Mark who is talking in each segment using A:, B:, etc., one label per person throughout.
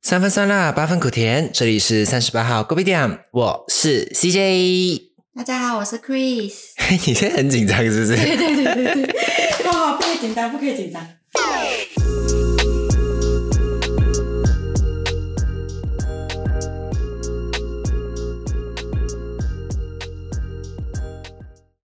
A: 三分酸辣，八分苦甜。这里是三十八号 g o b i d a m 我是 CJ。
B: 大家好，我是 Chris。
A: 你现在很紧张是不是？
B: 对对对对对，不好，不可以紧张，不可以紧张。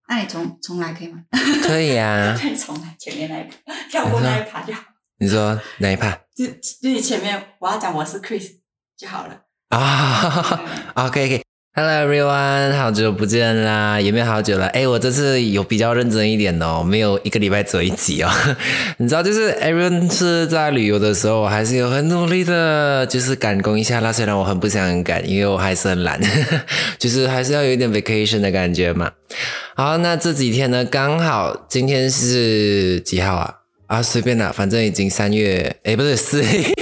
B: 那你重重哎来可以吗？
A: 可以啊。
B: 对，重哎来前面那一个，跳
A: 哎
B: 过那一趴就好。
A: 你说哪一趴
B: 就就是前面我要讲我是 Chris 就 好了。
A: 啊？OK OK。Hello everyone，好久不见啦，也没有好久了。哎，我这次有比较认真一点哦，没有一个礼拜只有一集哦。 你知道，就是 everyone 是在旅游的时候，我还是有很努力的，就是赶工一下啦。虽然我很不想赶，因为我还是很懒， 就是还是要有一点 vacation 的感觉嘛。好，那这几天呢，刚好今天是几号啊？啊，随便啦，反正已经三月，哎，不是四月。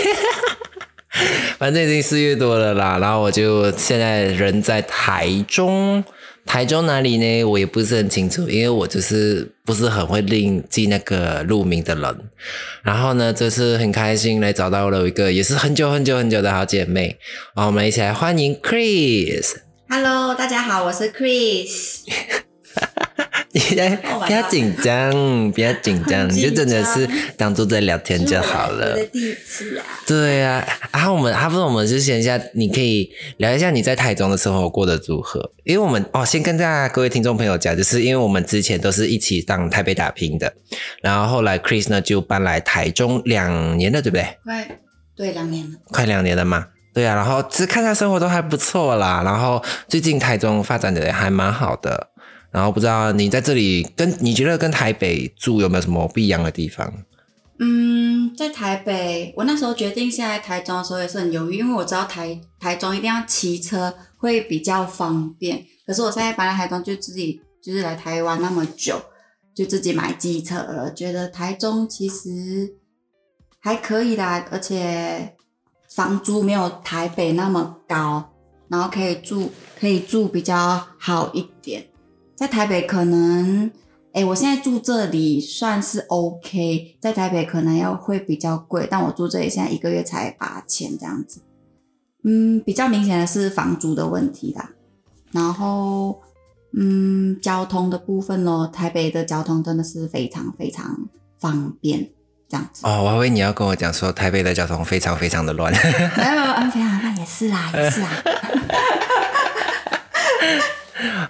A: 反正已经四月多了啦，然后我就现在人在台中，台中哪里呢？我也不是很清楚，因为我就是不是很会另记那个路名的人。然后呢，这次很开心来找到了一个也是很久很久很久的好姐妹，啊，我们一起来欢迎 Chris。
B: Hello，大家好，我是 Chris。
A: 你先
B: Oh my
A: 不要
B: God
A: 紧张，不要 紧张，
B: 很
A: 你就真的是
B: 紧张
A: 当做在聊天就好
B: 我
A: 了
B: 的。第一次啊。
A: 对啊，啊，我们啊，不是，我们是先一下，你可以聊一下你在台中的生活过得如何？因为我们哦，先跟大家各位听众朋友讲，就是因为我们之前都是一起上台北打拼的，然后后来 Chris 呢就搬来台中两年了，对不对？
B: 快对两年了，
A: 快两年了嘛。对啊，然后其实看他生活都还不错啦，然后最近台中发展的也还蛮好的，然后不知道你在这里跟你觉得跟台北住有没有什么不一样的地方？
B: 嗯，在台北，我那时候决定下来台中的时候也是很犹豫，因为我知道台台中一定要骑车会比较方便。可是我现在搬来台中，就自己就是来台湾那么久，就自己买机车了，觉得台中其实还可以啦，而且房租没有台北那么高，然后可以住可以住比较好一点。在台北可能，哎、我现在住这里算是 OK，在台北可能要会比较贵，但我住这里现在一个月才八千这样子。嗯，比较明显的是房租的问题啦，然后嗯，交通的部分咯，台北的交通真的是非常非常方便，这样子。
A: 哦，我还以为你要跟我讲说台北的交通非常非常的乱。
B: 没有没有，嗯非常那也是啦，也是啦。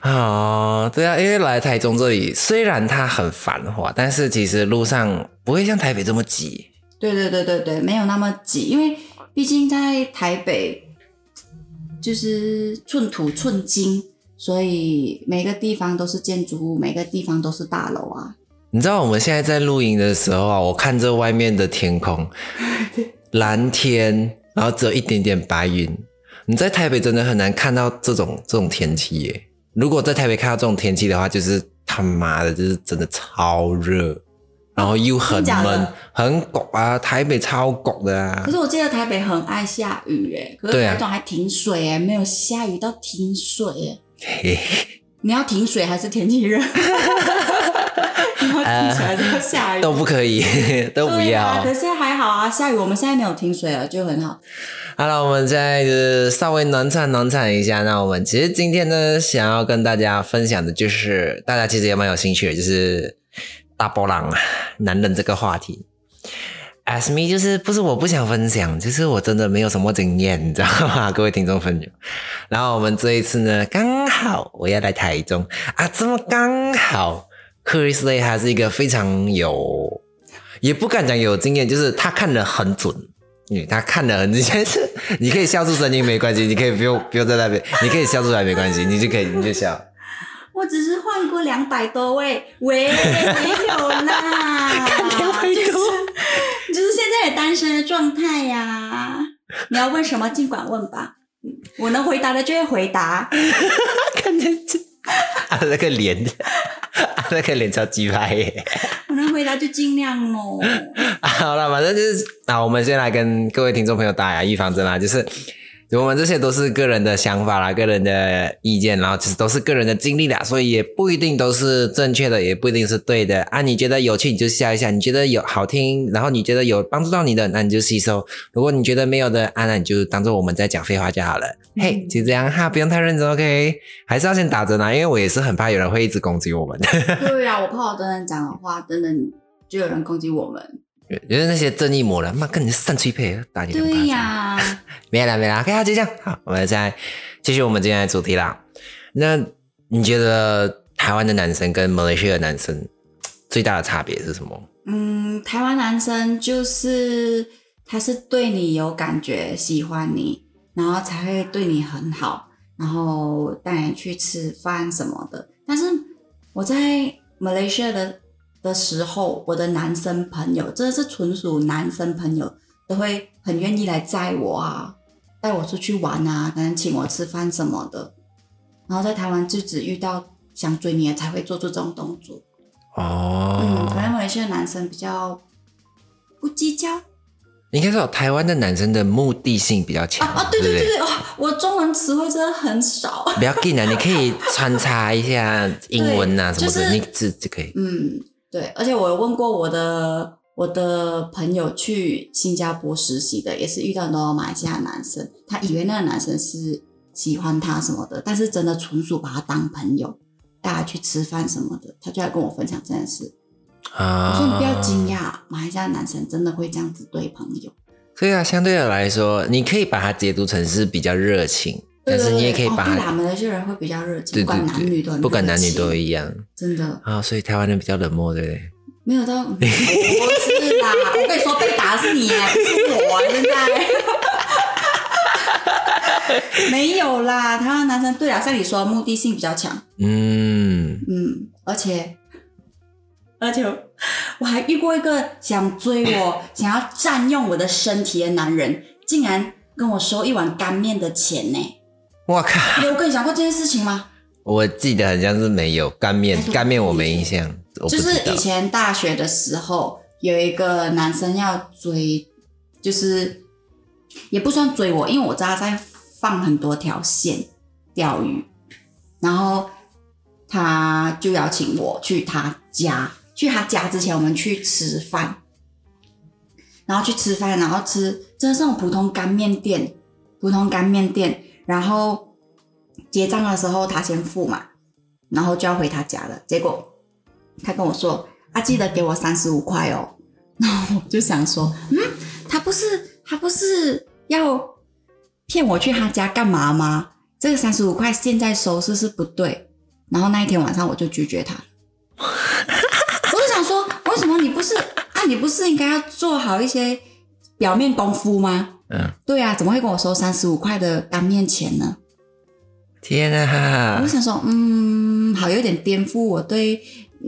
A: 哦，对啊，因为来台中这里虽然它很繁华，但是其实路上不会像台北这么挤。
B: 对对对对对，没有那么挤，因为毕竟在台北就是寸土寸金，所以每个地方都是建筑物，每个地方都是大楼啊。
A: 你知道我们现在在露营的时候啊，我看着外面的天空， 蓝天，然后只有一点点白云。你在台北真的很难看到这种这种天气耶。如果在台北看到这种天气的话，就是他妈的，就是真的超热，然后又很
B: 真假的
A: 闷，很狗啊！台北超狗的啊
B: 可！是我记得台北很爱下雨诶、可是
A: 对啊
B: 台中还停水诶、没有下雨到停水诶、
A: 嘿嘿
B: 你要停水还是天气热？ 你要停水还是要下雨？
A: 都不可以，呃 都不
B: 对
A: 要。
B: 啊，可是还好啊，下雨我们现在没有停水了，就很好。
A: 好了，我们再就是稍微暖场暖场一下。那我们其实今天呢，想要跟大家分享的就是，大家其实也蛮有兴趣的，就是大波浪啊，男人这个话题。As me，就是不是我不想分享，就是我真的没有什么经验，你知道吗？ 各位听众朋友。然后我们这一次呢，刚好我要来台中啊，这么刚好，Chris Lee 他是一个非常有，也不敢讲有经验，就是他看得很准。嗯，他看得很，你现在是 你可以笑出声音没关系，你可以不用不用在那边，你可以笑出来没关系，你就可以你就笑。
B: 我只是换过两百多位，喂，没有啦，
A: 200多
B: 就是，就是现在也单身的状态呀、你要问什么，尽管问吧，嗯我能回答的就会回答。
A: 看见这 啊那个脸，啊那个脸超鸡掰耶！
B: 我能回答就尽量哦。
A: 好了，反正就是啊，我们先来跟各位听众朋友打预防针啦，就是我们这些都是个人的想法啦，个人的意见，然后其实都是个人的经历啦，所以也不一定都是正确的，也不一定是对的啊。你觉得有趣你就笑一下，你觉得有好听，然后你觉得有帮助到你的，那你就吸收；如果你觉得没有的，啊，那你就当做我们在讲废话就好了。
B: 嗯
A: 嘿、就这样哈，不用太认真，OK？还是要先打针啊，因为我也是很怕有人会一直攻击我们，
B: 对啊，我怕我等等讲的话，等等就有人攻击我们。
A: 就是那些正义魔人，妈跟你是散吹配，打你两巴掌。
B: 对呀、
A: 没了没了，OK，好，就这样。好，我们再继续我们今天的主题啦。那你觉得台湾的男生跟马来西亚的男生最大的差别是什么？
B: 嗯，台湾男生就是他是对你有感觉，喜欢你，然后才会对你很好，然后带你去吃饭什么的。但是我在马来西亚的的时候，我的男生朋友真的是纯属男生朋友，都会很愿意来载我啊，带我出去玩啊，可能请我吃饭什么的。然后在台湾就只遇到想追你的才会做出这种动作。嗯，
A: 哦
B: 可，能马来西亚男生比较不计较啊
A: 应该说台湾的男生的目的性比较强
B: 啊！对
A: 对
B: 对
A: 不
B: 对对，哇、我中文词汇真的很少。
A: 不要紧啊，你可以穿插一下英文啊什
B: 对
A: 么的，
B: 就是
A: 你这这可以。
B: 嗯，对，而且我有问过我的我的朋友去新加坡实习的，也是遇到很多马来西亚男生，他以为那个男生是喜欢他什么的，但是真的纯属把他当朋友，带他去吃饭什么的，他就来跟我分享这件事。我
A: 啊
B: 说你不要惊讶，马来西亚男生真的会这样子对朋友。
A: 所以啊，相对的来说，你可以把它解读成是比较热情，但是你也可以把
B: 对对对哦对
A: 它
B: 啦，马来西亚人会比较热情，
A: 对
B: 不管
A: 对
B: 男女都
A: 对，
B: 很
A: 不管男女
B: 热情
A: 都一样
B: 真的
A: 啊。所以台湾人比较冷漠，对不对？
B: 没 有到，不是啦，我跟你说被打的是你耶，不是我现在。 没有啦，台湾男生对啊啦，像你说目的性比较强，
A: 嗯，
B: 嗯，而且而且我还遇过一个想追 我、想要占用我的身体的男人，竟然跟我收一碗干面的钱呢。
A: 我靠，
B: 你有跟你讲过这件事情吗？
A: 我记得好像是没有干面
B: 还，是
A: 干面我没印象，我不
B: 哎就
A: 知
B: 是
A: 道
B: 以。前大学的时候，有一个男生要追，就是也不算追我，因为我知道他在放很多条线钓鱼，然后他就邀请我去他家。去他家之前，我们去吃饭，然后去吃饭，然后吃真的是那种普通干面店，普通干面店，然后结账的时候他先付嘛，然后就要回他家了。结果他跟我说：“啊，记得给我三十五块哦。”然后我就想说：“嗯，他不是他不是要骗我去他家干嘛吗？这个三十五块现在收是不是不对？”然后那一天晚上我就拒绝他了。我就想说，为什么你不是啊？你不是应该要做好一些表面功夫吗？
A: 嗯，
B: 对啊，怎么会跟我收三十五块的干面钱呢？
A: 天啊
B: 我就！想说，嗯，好，有点颠覆我对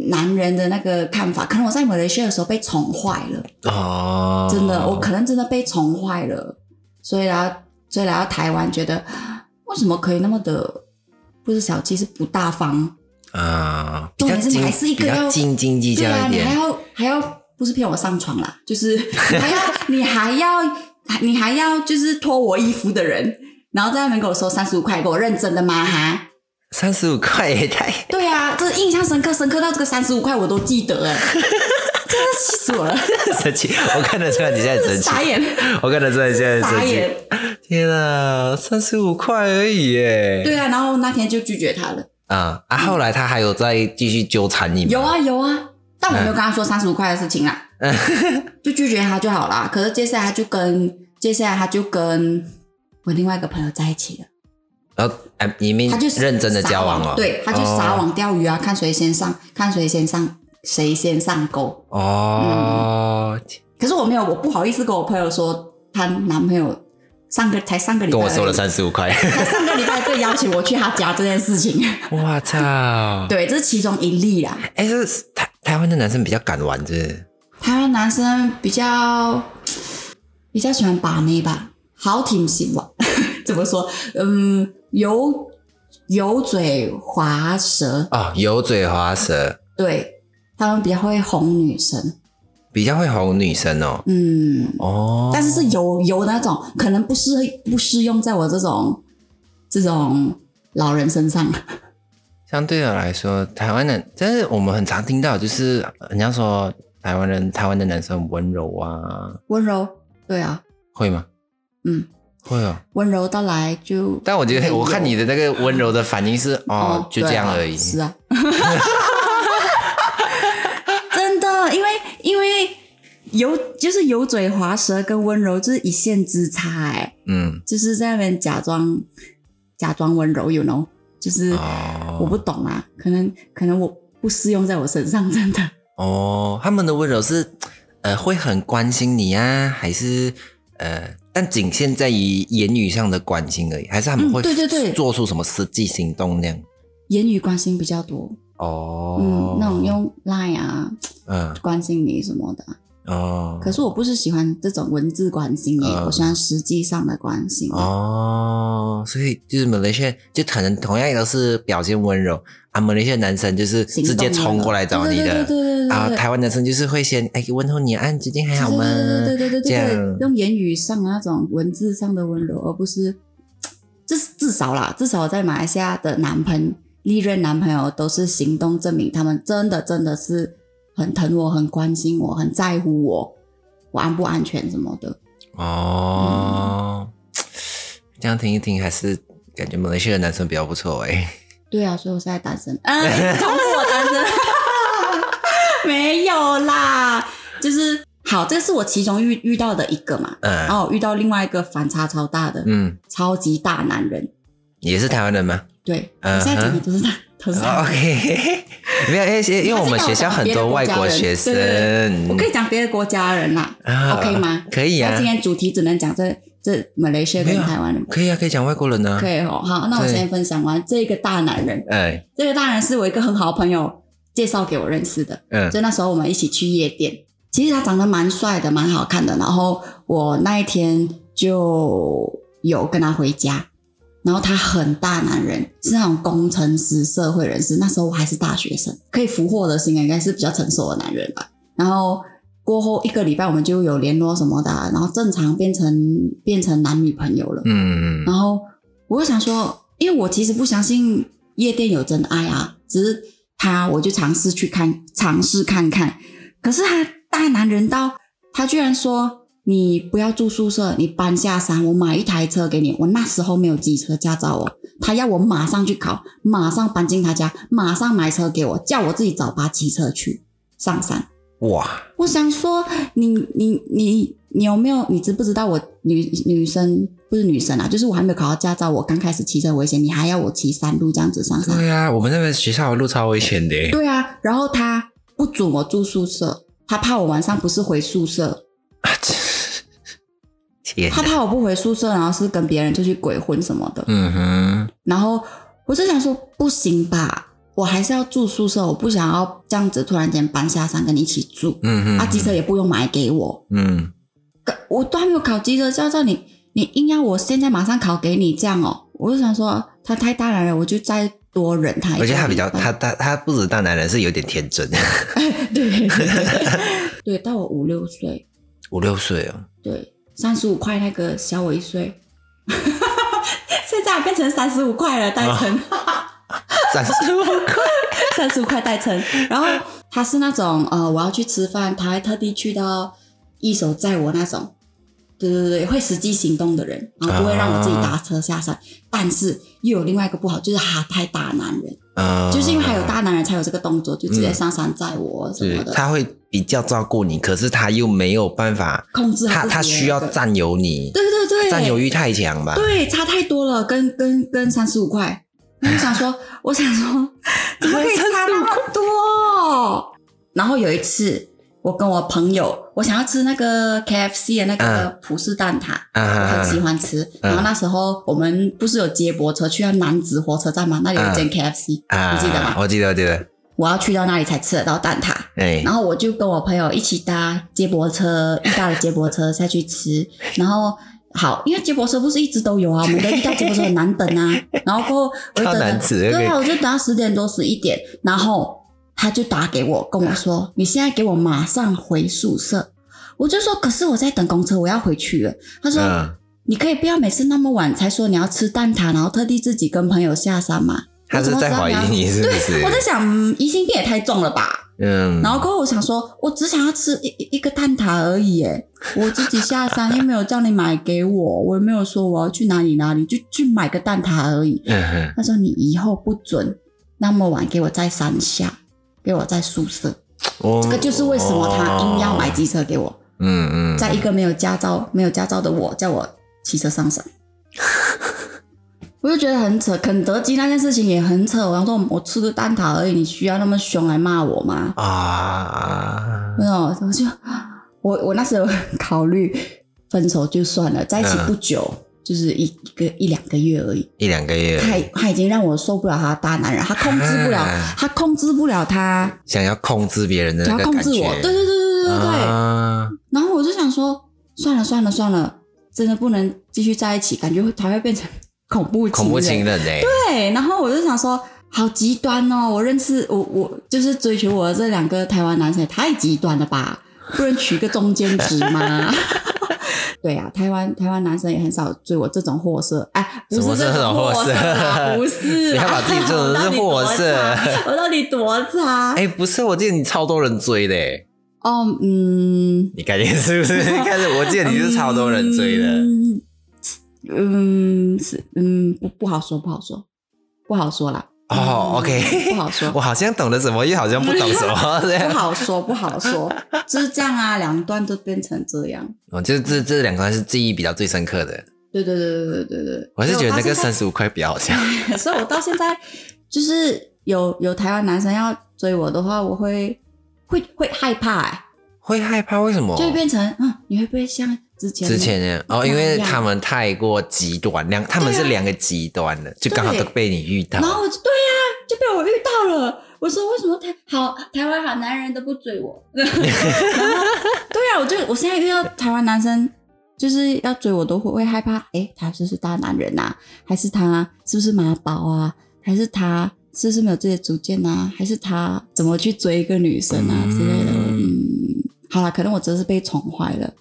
B: 男人的那个看法。可能我在马来西亚的时候被宠坏了，
A: 哦，
B: 真的，我可能真的被宠坏了。所以来，所以来到台湾，觉得为什么可以那么的不是小气，是不大方？
A: 啊，比
B: 重
A: 较
B: 点是你
A: 斤
B: 还是一
A: 比
B: 个要
A: 较斤斤计
B: 对
A: 较
B: 啊，
A: 一
B: 你还
A: 点，
B: 要还要不是骗我上床啦， 就是你还要你还要你还要就是脱我衣服的人，然后在那边给我收三十五块，给我认真的吗？哈。
A: 三十五块也太……
B: 对啊，这印象深刻，深刻到这个三十五块我都记得 哎，真的气死我了，
A: 生气，我看得出来你现在生气
B: 傻，眼，
A: 我看得出来你现在
B: 傻
A: 生气。哎
B: 眼。
A: 天啊，三十五块而已耶！
B: 对啊，然后那天就拒绝他了。
A: 啊啊！后来他还有再继续纠缠你吗？
B: 有啊有啊，但我没有跟他说三十五块的事情啦，
A: 哎
B: 就拒绝他就好啦。可是接下来他就跟接下来他就跟我另外一个朋友在一起了。
A: 然后哎，你们
B: 他就
A: 认真的交往
B: 撒
A: 了，
B: 网对，他就撒
A: 哦
B: 网钓鱼啊，看谁先上，看谁先上，谁先上钩。
A: 哦，
B: 可是我没有，我不好意思跟我朋友说，她男朋友上个才上个礼拜
A: 跟我收了
B: 而已
A: 三十五块，
B: 才上个礼拜被邀请我去他家这件事情。
A: 我操！
B: 对，这是其中一例啦。
A: 哎，是台台湾的男生比较敢玩，是不是？
B: 台湾男生比较比较喜欢把妹吧，好挺型吧？ 怎么说？嗯，油油嘴滑舌，
A: 啊哦，油嘴滑舌，
B: 对他们比较会哄女生。
A: 比较会哄女生哦。
B: 嗯，
A: 哦，
B: 但是是有有那种可能不适不适用在我这种这种老人身上。
A: 相对的来说，台湾人，但是我们很常听到，就是人家说台湾人、台湾的男生温柔啊，
B: 温柔，对啊，
A: 会吗？
B: 嗯，
A: 会哦。
B: 温柔到来就。
A: 但我觉得，我看你的那个温柔的反应是，哦，就这样而
B: 对
A: 已
B: 啊。是啊，真的，因为因为油就是油嘴滑舌跟温柔就是一线之差哎、
A: 嗯，
B: 就是在那边假装假装温柔，you know，就是
A: 哦
B: 我不懂啊，可能可能我不适用在我身上，真的。
A: 哦，他们的温柔是，呃，会很关心你啊，还是呃，但仅限在于言语上的关心而已，还是他们
B: 嗯
A: 会、
B: 对对对
A: 做出什么实际行动那样？
B: 言语关心比较多，
A: 哦，
B: 嗯，那种用 Line 啊
A: 嗯
B: 关心你什么的。
A: 哦，
B: 可是我不是喜欢这种文字关心耶，
A: 嗯
B: 我喜欢实际上的关心。
A: 哦，所以就是马来西亚，就可能同样也都是表现温柔啊，马来西亚男生就是
B: 行
A: 直
B: 动
A: 接冲过来找你
B: 对对
A: 的，
B: 对对对对对
A: 啊，台湾男生就是会先哎问候你啊，你最近还好吗？
B: 对对对对对
A: 这样
B: 对对，用言语上的那种文字上的温柔，而不是，这是至少啦，至少在马来西亚的男朋历任男朋友都是行动证明他们真的真的是很疼我、很关心我、很在乎我，我安不安全什么的。
A: 哦，这样听一听，还是感觉马来西亚的男生比较不错哎、
B: 对啊，所以我现在单身，嗯，重复我单身，没有啦，就是好，这是我其中遇遇到的一个嘛，然
A: 嗯
B: 后我遇到另外一个反差超大的，
A: 嗯，
B: 超级大男人。
A: 也是台湾人吗、
B: 对，
A: 嗯
B: 我现在讲的都是他，都是
A: 哦、
B: 他。
A: ？OK，没 有，因为因为我们学校很多外国学生，
B: 对对 我可以讲别的国家的人啦、
A: 啊
B: o k 吗？
A: 可以
B: 那
A: 啊
B: 今，天主题只能讲这这马来西亚跟
A: 没有啊
B: 台湾人，
A: 可以啊，可以讲外国人啊
B: 可。以哦。好，那我
A: 对
B: 先分享完这个大男人，
A: 哎，
B: 这个大男人是我一个很好的朋友介绍给我认识的，
A: 嗯
B: 就那时候我们一起去夜店，其实他长得蛮帅的，蛮好看的。然后我那一天就有跟他回家，然后他很大男人，是那种工程师、社会人士。那时候我还是大学生，可以俘获的心应该是比较成熟的男人吧。然后过后一个礼拜我们就有联络什么的啊、然后正常变成变成男女朋友了。
A: 嗯，
B: 然后我就想说，因为我其实不相信夜店有真爱啊，只是他我就尝试去看，尝试看看。可是他大男人到，他居然说你不要住宿舍，你搬下山，我买一台车给你。我那时候没有机车驾照哦，他要我马上去考，马上搬进他家，马上买车给我，叫我自己早八骑车去上山。
A: 哇，
B: 我想说，你你你你有没有？你知不知道我女女生不是女生啊？就是我还没有考到驾照，我刚开始骑车危险，你还要我骑山路这样子上山？
A: 对啊，我们那边学校的路超危险的。
B: 对啊，然后他不准我住宿舍，他怕我晚上不是回宿舍，
A: 啊切 天
B: 他
A: 哪，
B: 怕我不回宿舍，然后是跟别人出去鬼混什么的。
A: 嗯哼，
B: 然后我就想说，不行吧，我还是要住宿舍，我不想要这样子突然间搬下山跟你一起住，
A: 嗯哼，
B: 啊，机车也不用买给我。
A: 嗯，
B: 可我都还没有考机车驾照，你你硬要我现在马上考给你这样哦，我就想说他太大男人，我就再多忍他一下。
A: 而且他比较，
B: 对
A: 他他他不止大男人，是有点天真，
B: 对 对，到我五六岁，
A: 五六岁哦，
B: 对三十五块那个小我一岁， 现在变成三十五块了，代称
A: 啊三 十五块，
B: 三十五块代称。然后他是那种呃，我要去吃饭，他还特地去到一手载我那种，对对对，会实际行动的人，然后不会让我自己搭车下山。但是又有另外一个不好，就是他太大男人，
A: 嗯，
B: 就是因为他有大男人才有这个动作，就直接上山载我什么
A: 对，
B: 的，
A: 他会比较照顾你，可是他又没有办法，
B: 控制
A: 他
B: 自己
A: 他
B: 的
A: 需要
B: 那个
A: 占有你，
B: 对对对，
A: 占有欲太强吧？
B: 对，差太多了，跟跟跟三十五 块。我就想说，我想说，怎么可以差那么多？然后有一次，我跟我朋友，我想要吃那个 KFC 的那个葡式蛋挞，
A: 啊
B: 我
A: 哈
B: 很喜
A: 哈，
B: 欢吃。
A: 嗯
B: 然后那时候我们不是有接驳车去到南子火车站吗？那里有一间 KFC，、
A: 啊，
B: 你记得吗？
A: 我记得，我记得，
B: 我要去到那里才吃得到蛋挞。
A: 哎
B: 然，后我就跟我朋友一起搭接驳车，意大利接驳车下去 吃。然后好，因为接驳车不是一直都有啊，我们的意大利接驳车 很难等啊。然后过后我就
A: 超
B: 等
A: 难
B: 了，
A: 吃
B: 对
A: 可以
B: 啊，我就等到十点多十一点，然后他就打给我，跟我说：“你现在给我马上回宿舍。”我就说：“可是我在等公车，我要回去了。”他说：“
A: 嗯，
B: 你可以不要每次那么晚才说你要吃蛋挞，然后特地自己跟朋友下山嘛。”
A: 他是在怀疑你是不是
B: 对，我？在想，嗯疑心病也太重了吧。
A: 嗯，
B: 然后过后我想说，我只想要吃一一一个蛋挞而已，哎，我自己下山又没有叫你买给我，我也没有说我要去哪里哪里，就去买个蛋挞而已。
A: 嗯哼，
B: 他说你以后不准那么晚给我在山下，给我在宿舍。
A: 我
B: 这个就是为什么他硬要买机车给我，
A: 嗯嗯，
B: 在一个没有驾照、没有驾照的我，叫我骑车上山，我就觉得很扯。肯德基那件事情也很扯，我想说我吃个蛋挞而已，你需要那么凶来骂我吗？
A: 啊，
B: 没有，我就我我那时候 考虑分手就算了，在一起
A: 嗯
B: 不久，就是一一个一两个月而已。
A: 一两个月
B: 他已他已经让我受不了他的大男人，他控制不了，
A: 啊
B: 他控制不了他，
A: 想要控制别人的那
B: 他
A: 个
B: 控
A: 感
B: 制
A: 觉，
B: 我，对对对对对对对。
A: 啊
B: 然后我就想说，算了算了算了，真的不能继续在一起，感觉会他会变成恐怖情人。
A: 恐怖情人哎，
B: 对，然后我就想说，好极端哦！我认识我我就是追求我的这两个台湾男生也太极端了吧？不能取一个中间值吗？ 对呀、啊，台湾台湾男生也很少追我这种货色，哎，不
A: 什么
B: 是
A: 是
B: 这
A: 这种货
B: 货
A: 色
B: 啦，不是
A: 不
B: 啦，
A: 要把自己做成是货色
B: 我到底多差？我到底多差？
A: 哎，不是，我记得你超多人追的欸，
B: 哦，嗯，
A: 你感觉是不 是？开始我记得你是超多人追的，
B: 嗯嗯，是嗯，不不好说，不好说，不好说啦。
A: 哦
B: 嗯
A: ，OK
B: 不好说，
A: 我好像懂得什么，又好像不懂什么， 这
B: 不
A: 样。
B: 好说，不 好说，就是这样啊，两段都变成这样。
A: 哦，就是这这两个是记忆比较最深刻的，
B: 对对对对对对对，
A: 我是觉得那个
B: 所
A: 三
B: 以
A: 十五块比较好笑。
B: 我到现在， 所以我到现在就是有有台湾男生要追我的话，我会会会害怕、欸，
A: 会害怕？为什么？
B: 就会变成嗯，你会不会像之前
A: 哦之前呢？哦，因为
B: 那样
A: 他们太过极端，两他们
B: 对啊
A: 是两个极端的，就刚好
B: 对
A: 都被你遇到
B: 然。后我就对呀、就被我遇到了。我说为什么台好台湾好男人都不追我？ 然后对呀、我就我现在遇到台湾男生就是要追我，都会会害怕。诶，他是不是大男人啊？还是他是不是妈宝啊？还是他是不是没有自己的主见啊？还是他怎么去追一个女生啊、之类的？嗯，好啦，可能我真是被宠坏了。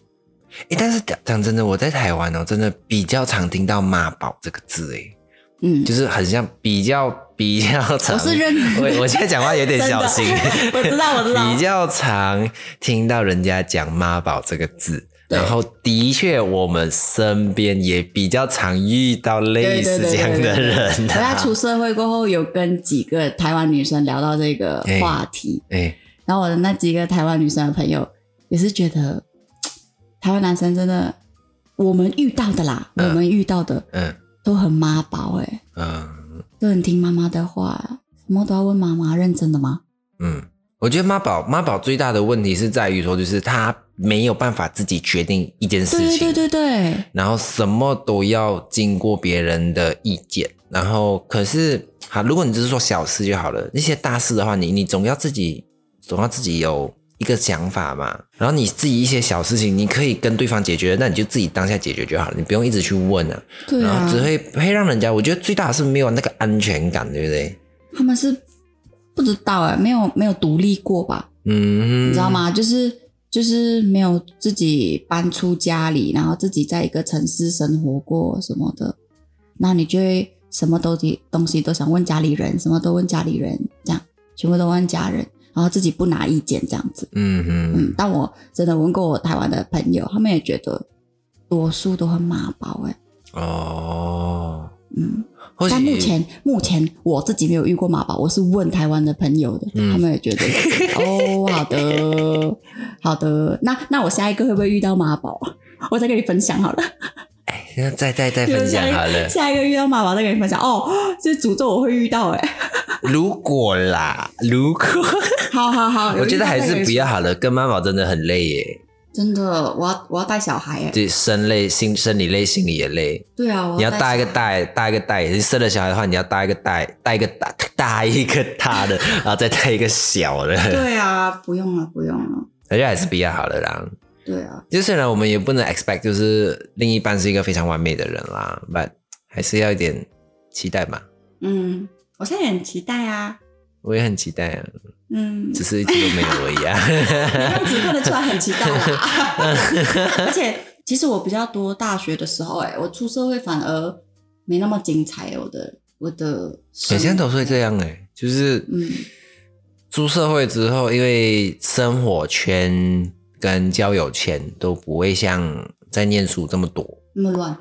A: 诶，但是讲讲真的，我在台湾哦，真的比较常听到“妈宝”这个字，诶，
B: 嗯，
A: 就是很像比较比较常。
B: 我是认
A: 我我现在讲话有点小心
B: 真，的 我知道我知道
A: 比较常听到人家讲“妈宝”这个字，
B: 对
A: 然后的确，我们身边也比较常遇到类似这样的 人
B: 我在
A: 啊。
B: 啊出社会过后，有跟几个台湾女生聊到这个话题，
A: 哎，
B: 然后我的那几个台湾女生的朋友也是觉得，台湾男生真的，我们遇到的啦，
A: 嗯
B: 我们遇到的
A: 嗯
B: 都很妈宝哎、欸，
A: 嗯
B: 都很听妈妈的话，什么都要问妈妈，认真的吗？
A: 嗯，我觉得妈宝妈宝最大的问题是在于说，就是他没有办法自己决定一件事
B: 对
A: 情，
B: 对对对
A: 然后什么都要经过别人的意见，然后可是好，如果你只是说小事就好了，那些大事的话，你你总要自己总要自己有一个想法嘛，然后你自己一些小事情，你可以跟对方解决，那你就自己当下解决就好了，你不用一直去问啊，
B: 对
A: 然
B: 啊
A: 后只！会会让人家，我觉得最大的是没有那个安全感，对不对？
B: 他们是不知道哎、没有没有独立过吧？
A: 嗯，
B: 你知道？吗？就是就是没有自己搬出家里，然后自己在一个城市生活过什么的，那你就会什么都得东西都想问家里人，什么都问家里人，这样全部都问家人，然后自己不拿意见这样子。
A: 嗯
B: 嗯
A: 嗯，，
B: 但我真的问过我台湾的朋友，他们也觉得多数都很妈宝哎、
A: 哦，
B: 嗯，
A: 或许
B: 但目前目前我自己没有遇过马宝，我是问台湾的朋友的，
A: 嗯
B: 他们也觉 得哦，好的，好的，那那我下一个会不会遇到马宝？我再跟你分享好了，。
A: 那再再再分享好了
B: 下一个遇到马宝再跟你分享哦，这诅咒我会遇到哎、
A: 如果啦，如果，
B: 好好好，有
A: 我觉得
B: 遇到
A: 还
B: 再跟
A: 是
B: 你
A: 不要好了，跟妈宝真的很累耶，
B: 真的，我要我要带小孩哎、
A: 就身累、心生理累、心理也累。
B: 对啊，我
A: 你要
B: 带
A: 带一个哦带带一个带，你生了小孩的话，你要带一个带带一个大大一个大 的，然后再带一个小
B: 小
A: 的，
B: 孩，对啊，不用了不用了，
A: 我觉得还是比较好的啦。
B: 对啊，
A: 就虽然我们也不能 expect 就是另一半是一个非常完美的人啦，but 还是要一点期待嘛。
B: 嗯，我现在也很期待啊，
A: 我也很期待啊，
B: 嗯，
A: 只是一直都没有而已啊。
B: 样子看得出来很期 待啦。而且，其实我比较多大学的时候、欸，哎，我出社会反而没那么精彩欸、我的我的生
A: 很
B: 活，
A: 像都会这样哎、就是
B: 嗯
A: 出社会之后，因为生活圈跟交友圈都不会像在念书这么多，
B: 那么 乱，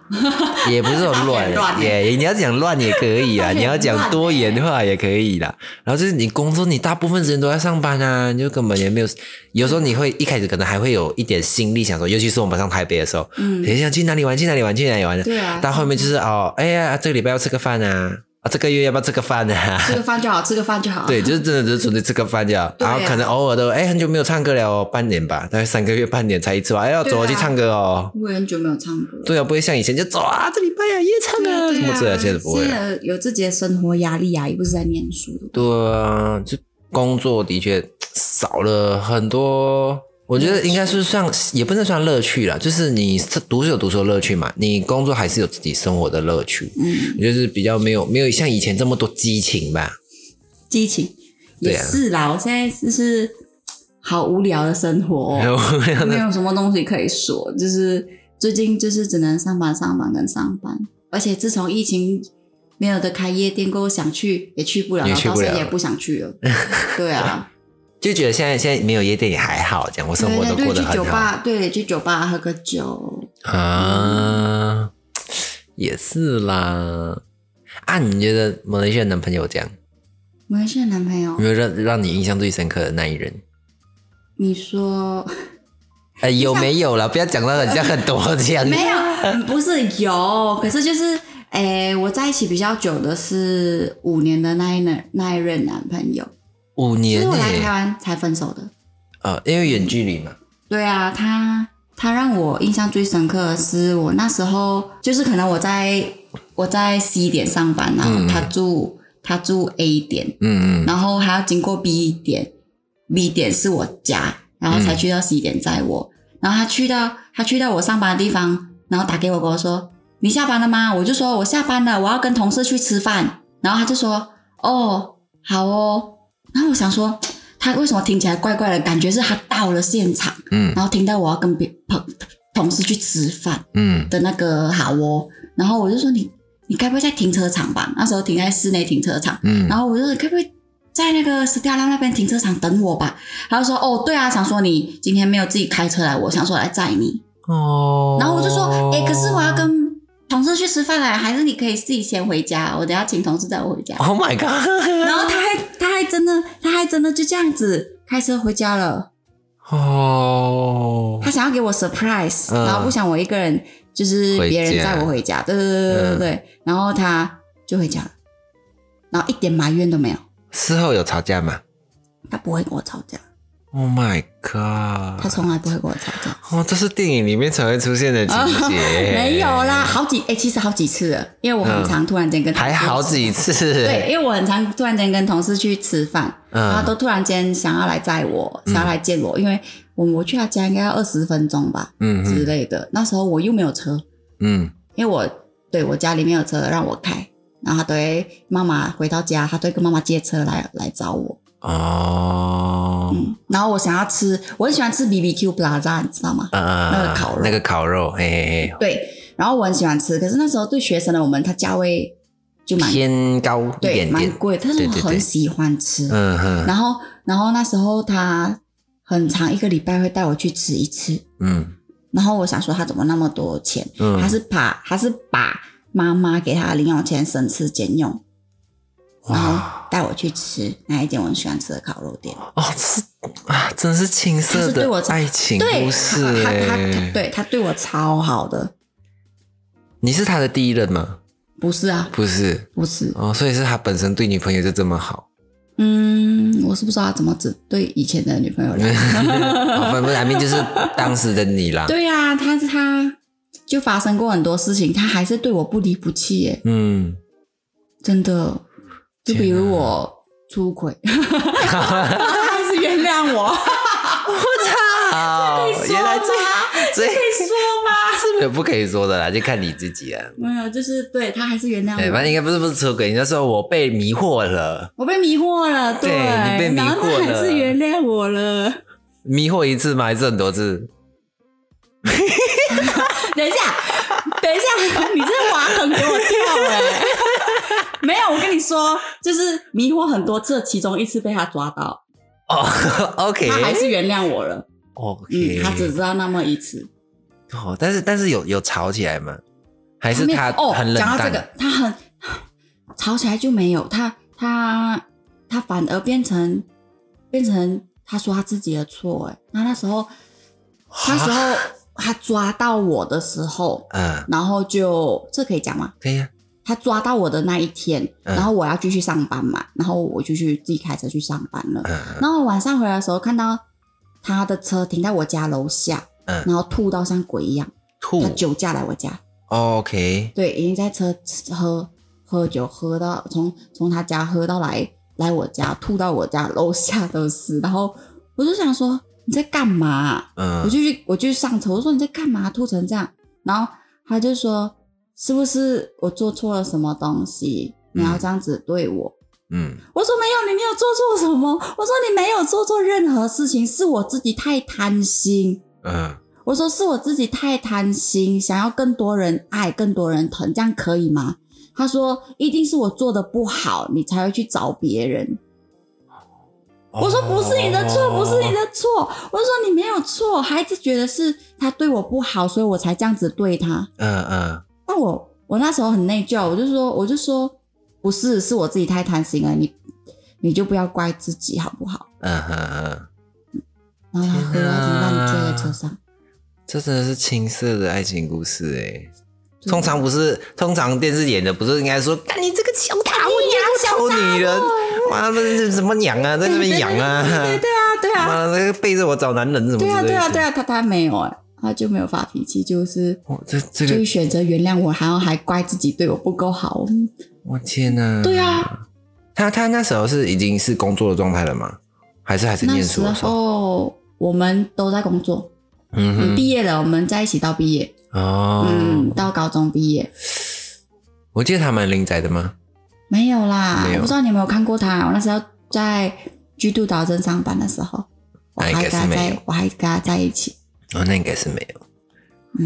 A: 也不是 很
B: 很乱
A: 乱，也你要讲乱也可以啦，
B: 很乱欸
A: 你要讲多元化也可以啦。然后就是你工作，你大部分时间都在上班啊，你就根本也没有。有时候你会一开始可能还会有一点心力，想说，尤其是我们上台北的时候，
B: 嗯，
A: 很想去哪里玩，去哪里玩，去哪里玩。
B: 对啊，
A: 到后面就是哦，哎呀，这个礼拜要吃个饭啊，啊，这个月要不要吃个饭啊？
B: 吃个 饭就好，吃个饭就好。
A: 对，就是真的只是纯粹吃个饭这样，
B: 对
A: 然
B: 啊
A: 后可能偶尔都哎很久没有唱歌了哦，半年吧，大概三个月半年才一次吧。哎要走啊
B: 对啊
A: 去唱歌哦，
B: 我也很久没有唱歌了。
A: 对啊，不会像以前就走啊，这礼拜啊夜唱
B: 对
A: 啊
B: 啊
A: 什么之类的，现在不会啊
B: 现
A: 了。
B: 在有自己的生活压力啊，也不是在念书的。
A: 对啊，就工作的确少了很多。我觉得应该是算，也不能算乐趣啦，就是你读书有读书的乐趣嘛，你工作还是有自己生活的乐趣，
B: 嗯，
A: 就是比较没有没有像以前这么多激情吧。
B: 激情
A: 对
B: 也
A: 啊
B: 是啦。我现在就是好无聊的生活、
A: 哎
B: 哦， 没有什么东西可以说，就是最近就是只能上班、上班跟上班。而且自从疫情没有的开夜店过后，想去也去不了，
A: 也
B: 然
A: 去
B: 后到
A: 不了
B: 现在也不想去 了。对啊，
A: 就觉得现在现在没有夜店也还好，这样我生活都
B: 对对
A: 过
B: 对，
A: 得
B: 去酒
A: 很好
B: 吧，对，去酒吧喝个酒。
A: 啊，也是啦。啊，你觉得马来西亚男朋友这样，
B: 我们现在男朋友
A: 有，没有让让你印象最深刻的那一 人？
B: 你说
A: 哎，有没有啦？不要讲到很像很多这样。
B: 没有，嗯不是有，可是就是，诶，我在一起比较久的是五年的那一任那一任男朋友，
A: 五
B: 就是
A: 年
B: 我
A: 呢、
B: 来台湾才分手的。
A: 呃，因为远距离嘛。
B: 对啊，他他让我印象最深刻的是，我那时候就是可能我在我在 C 点上班然后
A: 嗯
B: 他住他住 A 点，
A: 嗯嗯
B: 然后还要经过 B 点，B 点是我家，然
A: 嗯
B: 后才去到 C 点载我。然后他去到他去到我上班的地方，然后打给我跟我说：“你下班了吗？”我就说：“我下班了，我要跟同事去吃饭。”然后他就说：“哦，好哦。”然后我想说，他为什么听起来怪怪的？感觉是他到了现场，
A: 嗯
B: 然后听到我要跟别朋同事去吃饭
A: 嗯
B: 的那个好哦。然后我就说你。你该不会在停车场吧？那时候停在室内停车场，
A: 嗯
B: 然后我就说该不会在那个斯蒂亚拉那边停车场等我吧？他就说哦，对啊，想说你今天没有自己开车来，我想说来载你。
A: 哦。
B: 然后我就说，哎、可是我要跟同事去吃饭来，还是你可以自己先回家，啊我等下请同事载我回家。
A: Oh my god！
B: 然后他还他还真的他还真的就这样子开车回家了。
A: 哦
B: 他，想要给我 surprise，、
A: 嗯
B: 然后不想我一个人，就是别人载我回家。对对对对对对、然后他就回家了，然后一点埋怨都没有，
A: 事后有吵架吗
B: 他不会跟我吵架。
A: ？Oh my
B: 他
A: god！
B: 从来不会跟我吵架，
A: 哦，这是电影里面才会出现的情节。
B: 没有啦，，好几哎、其实好几次了，因为我很常突然间跟同
A: 还
B: 事
A: 好几次。
B: 对，因为我很常突然间跟同事去吃饭，然后
A: 嗯
B: 都突然间想要来载我，想要来见我，因为我我去他家应该要二十分钟吧
A: 嗯
B: 之
A: 嗯
B: 类的，那时候我又没有车，
A: 嗯
B: 因为我对我家里没有车让我开，然后他都会妈妈回到家，他都会跟妈妈借车来来找我，
A: 哦，
B: 嗯，然后我想要吃，我很喜欢吃 B B Q Plaza，你知道吗？
A: 嗯嗯，
B: 那个烤肉
A: 那个烤肉，嘿嘿
B: 对，然后我很喜欢吃，可是那时候对学生的我们，它价位就
A: 嘿，
B: 蛮
A: 偏高一
B: 对
A: 点
B: 蛮
A: 点，
B: 贵，但是
A: 对
B: 我
A: 对对
B: 很喜欢吃。
A: 嗯哼，
B: 然后，然后那时候他很长一个礼拜会带我去吃一次，
A: 嗯
B: 然后我想说他怎么那么多钱？
A: 嗯，
B: 他是把他是把妈妈给他的零用钱省吃俭用，然后
A: 哇
B: 带我去吃那一间我很喜欢吃的烤肉店。
A: 哦，是啊，真是青涩
B: 他是对
A: 的
B: 我
A: 爱情
B: 对，
A: 故
B: 他
A: 事
B: 他他
A: 哎
B: 他，对他对我超好的，
A: 你是他的第一任吗？
B: 不是啊，
A: 不是
B: 不是，
A: 哦，所以是他本身对女朋友就这么好，
B: 嗯，我是不知道他怎么只对以前的女朋友 来。
A: 哦反正来面就是当时的你啦，
B: 对呀、他他就发生过很多事情，他还是对我不离不弃耶，
A: 嗯，
B: 真的。就比如
A: 天啊
B: 我出轨， 他还是原谅我，啊
A: 哦，原来这
B: 这
A: 所以
B: 可以说吗？
A: 是没有不可以说的啦，就看你自己啊。
B: 没有，就是对他还是原谅
A: 对，
B: 我
A: 反。正应该不是不是出轨，你那时候我被迷惑了，
B: 我被迷惑了，
A: 对你被迷惑了
B: 然后他还是原谅我了。
A: 迷惑一次吗？还是很多次？
B: 等一下，等一下， 你这挖坑给我跳哎、没有，我跟你说，就是迷惑很多次，其中一次被他抓到，
A: 哦、o k
B: 他还是原谅我了。
A: OK，
B: 嗯，他只知道那么一次。
A: 哦，但是但是有有吵起来吗？还是
B: 没有
A: 他
B: 哦，
A: 很冷
B: 讲
A: 淡？
B: 到这个，他很吵起来就没有他，他他反而变成变成他说他自己的错哎、那那时候那时
A: 啊
B: 候他抓到我的时候，
A: 嗯，
B: 然后就这可以讲吗？
A: 可以啊。
B: 他抓到我的那一天，
A: 嗯
B: 然后我要继续上班嘛，然后我就去自己开车去上班了。
A: 嗯
B: 然后晚上回来的时候，看到他的车停在我家楼下，
A: 嗯哦
B: 然后吐到像鬼一样，
A: 吐
B: 他酒驾来我家，
A: ，OK，
B: 对，已经在车喝喝酒，喝到从从他家喝到来来我家，吐到我家楼下都是。然后我就想说你在干嘛、啊
A: 嗯，
B: 我就去我就去上车，我说你在干嘛？吐成这样，然后他就说是不是我做错了什么东西？你要
A: 嗯
B: 这样子对我？
A: 嗯
B: 我说没有，你没有做错什么。我说你没有做错任何事情，是我自己太贪心。
A: 嗯
B: 我说是我自己太贪心，想要更多人爱、更多人疼，这样可以吗？他说一定是我做的不好，你才会去找别人。我说不是你的错，不是你
A: 哦
B: 的错。我说你没有错，孩子觉得是他对我不好，所以我才这样子对他。
A: 嗯嗯
B: 那我我那时候很内疚，我就说我就说不是，是我自己太贪心了，你你就不要怪自己好不好？
A: 嗯嗯嗯，
B: 然后他喝到怎么办？你醉在车上，
A: 这真的是青涩的爱情故事哎。
B: 对
A: 通常不是，通常电视演的不是应该说，干你这个小杂货
B: 娘小
A: 臭女人，妈的这什么娘啊，在那边养啊，
B: 对对对啊对啊
A: 妈的那个背着我找男人什么之
B: 对
A: 类
B: 啊
A: 的。
B: 对啊对啊，他他没有哎、他就没有发脾气，就是
A: 哇，这这
B: 就
A: 个
B: 是，选择原谅我，然后还怪自己对我不够好。嗯
A: 我天哪！
B: 对，啊，
A: 他他那时候是已经是工作的状态了吗？还是还是
B: 那
A: 念
B: 时
A: 书的时候？
B: 候我们都在工作，我
A: 嗯
B: 们毕业了，我们在一起到毕业，
A: 哼，哦，
B: 嗯，到高中毕业
A: 我记得他蛮灵仔的吗？
B: 没有啦
A: 没有
B: 我不知道你有没有看过他，我那时候在居渡岛镇上班的时候，我
A: 那应
B: 还
A: 该
B: 跟
A: 是
B: 他
A: 没有
B: 在，我还跟他在一起。
A: 哦，那应该是没有。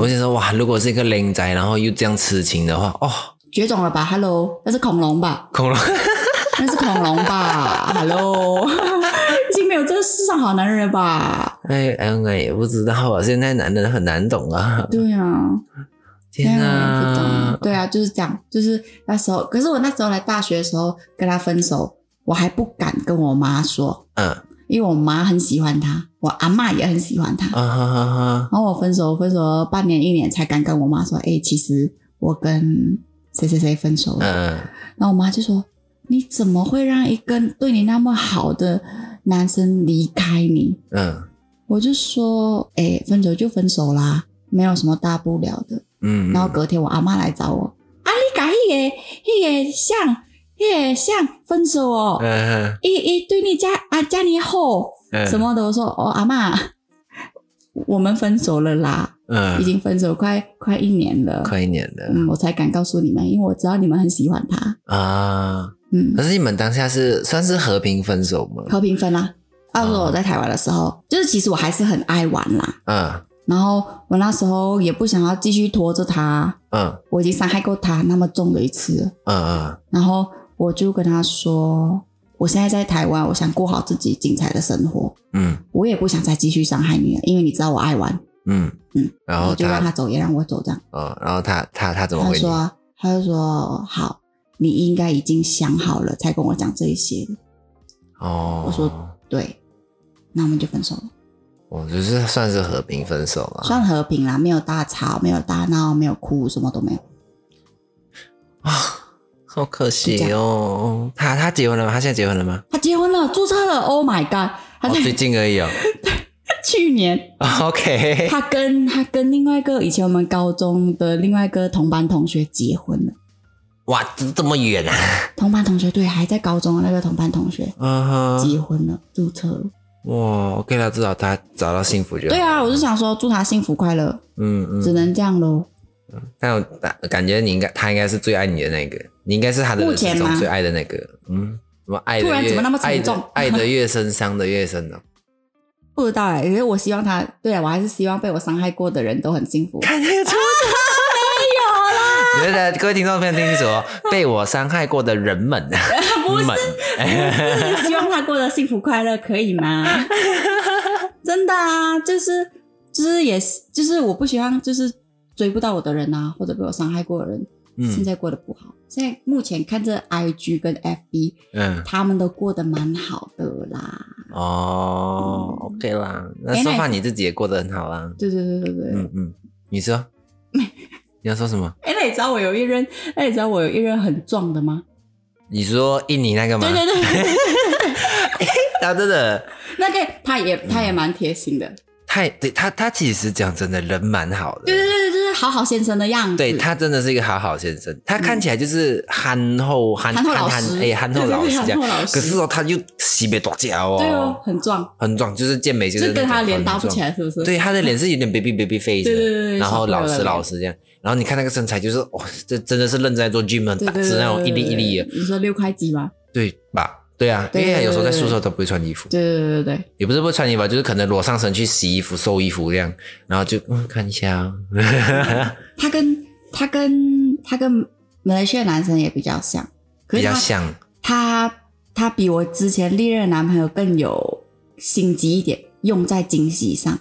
A: 我想说，哇，如果是一个灵仔，然后又这样痴情的话，哦，
B: 绝种了吧？Hello，那是恐龙吧？
A: 恐龙，
B: 那是恐龙吧？Hello，已 经没有这个世上好男人了吧？
A: 哎，哎，我也不知道啊，现在男人很难懂啊，
B: 对啊，
A: 天
B: 没有人不懂
A: 哪，
B: 对啊，就是这样，就是那时候。可是我那时候来大学的时候跟他分手，我还不敢跟我妈说，
A: 嗯，
B: 因为我妈很喜欢他，我阿嬷也很喜欢他。
A: 啊哈哈哈，
B: 然后我分手，分手了半年一年才敢跟我妈说，哎，其实我跟谁谁谁分手了。
A: 嗯，
B: 然后我妈就说：“你怎么会让一个对你那么好的男生离开你
A: 嗯，？”
B: 我就说：“哎、分手就分手啦，没有什么大不了的。
A: 嗯，
B: 然后隔天我阿妈来找我：“啊，你改那个那个像那个像分手哦，
A: 嗯，
B: 一一对你家啊家里好
A: 嗯
B: 什？么的。”我说：“哦，阿妈， 我们分手了啦，
A: 嗯，
B: 已经分手快快一年了。”
A: 快一年了
B: 嗯，我才敢告诉你们，因为我知道你们很喜欢他。
A: 啊。
B: 嗯，
A: 可是你们当下是算是和平分手吗？
B: 和平分啦。那时候我在台湾的时候，就是其实我还是很爱玩啦。
A: 嗯
B: 然后我那时候也不想要继续拖着他，
A: 嗯
B: 我已经伤害过他那么重的一次了。
A: 嗯嗯
B: 然后我就跟他说，我现在在台湾，我想过好自己精彩的生活，
A: 嗯
B: 我也不想再继续伤害你了，因为你知道我爱玩。
A: 嗯
B: 嗯，
A: 然后
B: 我就让他
A: 他，
B: 走，也让我走，这样。
A: 哦，然后他他他怎么
B: 他
A: 回你？
B: 说，啊他就说好，你应该已经想好了，才跟我讲这一些的。
A: 哦，
B: 我说对，那我们就分手了。
A: 我就是算是和平分手啊了
B: 算和平啦，没有大吵，没有大闹，没有哭，什么都没有。
A: 啊，好可惜哦。他他结婚了吗？他现在结婚了吗？
B: 他结婚了，注册了，Oh my god！他
A: 哦
B: 在，
A: 最近而已哦。
B: 去年，
A: OK，
B: 他跟他跟另外一个以前我们高中的另外一个同班同学结婚了。
A: 哇，这这么远啊！
B: 同班同学对，还在高中的那个同班同学
A: 嗯哼，
B: 结婚了，注册了。
A: 哇，OK 啦，至少他找到幸福就好。
B: 对啊，我就想说祝他幸福快乐，
A: 嗯嗯，
B: 只能这样喽。
A: 但我感感觉你应该，他应该是最爱你的那个，你应该是他的
B: 目
A: 人生
B: 前
A: 中
B: 吗
A: 最爱的那个。嗯，什么爱的
B: 突然
A: 越
B: 怎么那么沉
A: 爱的
B: 重
A: 爱的越深，伤的越深呢、
B: 不知道哎、因为我希望他，对啊，我还是希望被我伤害过的人都很 幸 福。
A: 看那个出哎没有啦！你们的各位听众朋友听清楚哦，被我伤害过的人们， 们，
B: 哎希望他过得幸福快乐，可以 吗？真的啊，就是就是也是就是我不希望就是追不到我的人啊，或者被我伤害过的人，现
A: 嗯
B: 在过得不好。现在目前看这 IG 跟 FB，
A: 嗯，
B: 他们都过得蛮好的啦。
A: 哦，OK 啦，那
B: 哎
A: 说
B: 那
A: 话你自己也过得很好啦，
B: 对对对对对。
A: 嗯嗯，你 说，你要说什么？
B: 哎、那你知道我有一任，那你知道我有一任很壮的吗？
A: 你说印尼那个吗
B: 对？对对，
A: 他真的
B: 那个他也他也蛮贴心的。
A: 太对他，他其实讲真的人蛮好的，
B: 对对对对，就是好好先生的样子。
A: 对他真的是一个好好先生，他看起来就是憨厚憨
B: 嗯憨厚老
A: 憨
B: 实
A: 哎憨厚
B: 对对对
A: 老实这样
B: 憨厚老，实
A: 可是哦他又西北多娇哦，
B: 对哦，很壮，
A: 很壮，就是健美就是
B: 就跟他
A: 那种
B: 脸搭不
A: 很壮
B: 起来，是不是？
A: 对，他的脸是有点 baby baby face，
B: 对对对
A: 的
B: 对
A: 然后
B: 小朋友
A: 老
B: 的
A: 实
B: 脸
A: 老实这样，然后你看那个身材就是哇，这真的是认真在做 gym 很
B: 对
A: 大
B: 对对
A: 只
B: 对
A: 那种一粒一粒的，
B: 对你说六块肌吗？
A: 对吧？对啊，因
B: 对
A: 为他有时候在
B: 对对
A: 宿舍都不会穿衣服，
B: 对对对对
A: 也不是不穿衣服吧，啊就是可能裸上身去洗衣服、收衣服这样，然后就嗯看一下哦，
B: 对，他跟他跟他跟马来西亚男生也比较像，可
A: 比
B: 是
A: 较
B: 他
A: 像
B: 他他比我之前历任的男朋友更有心机一点，用在惊喜上，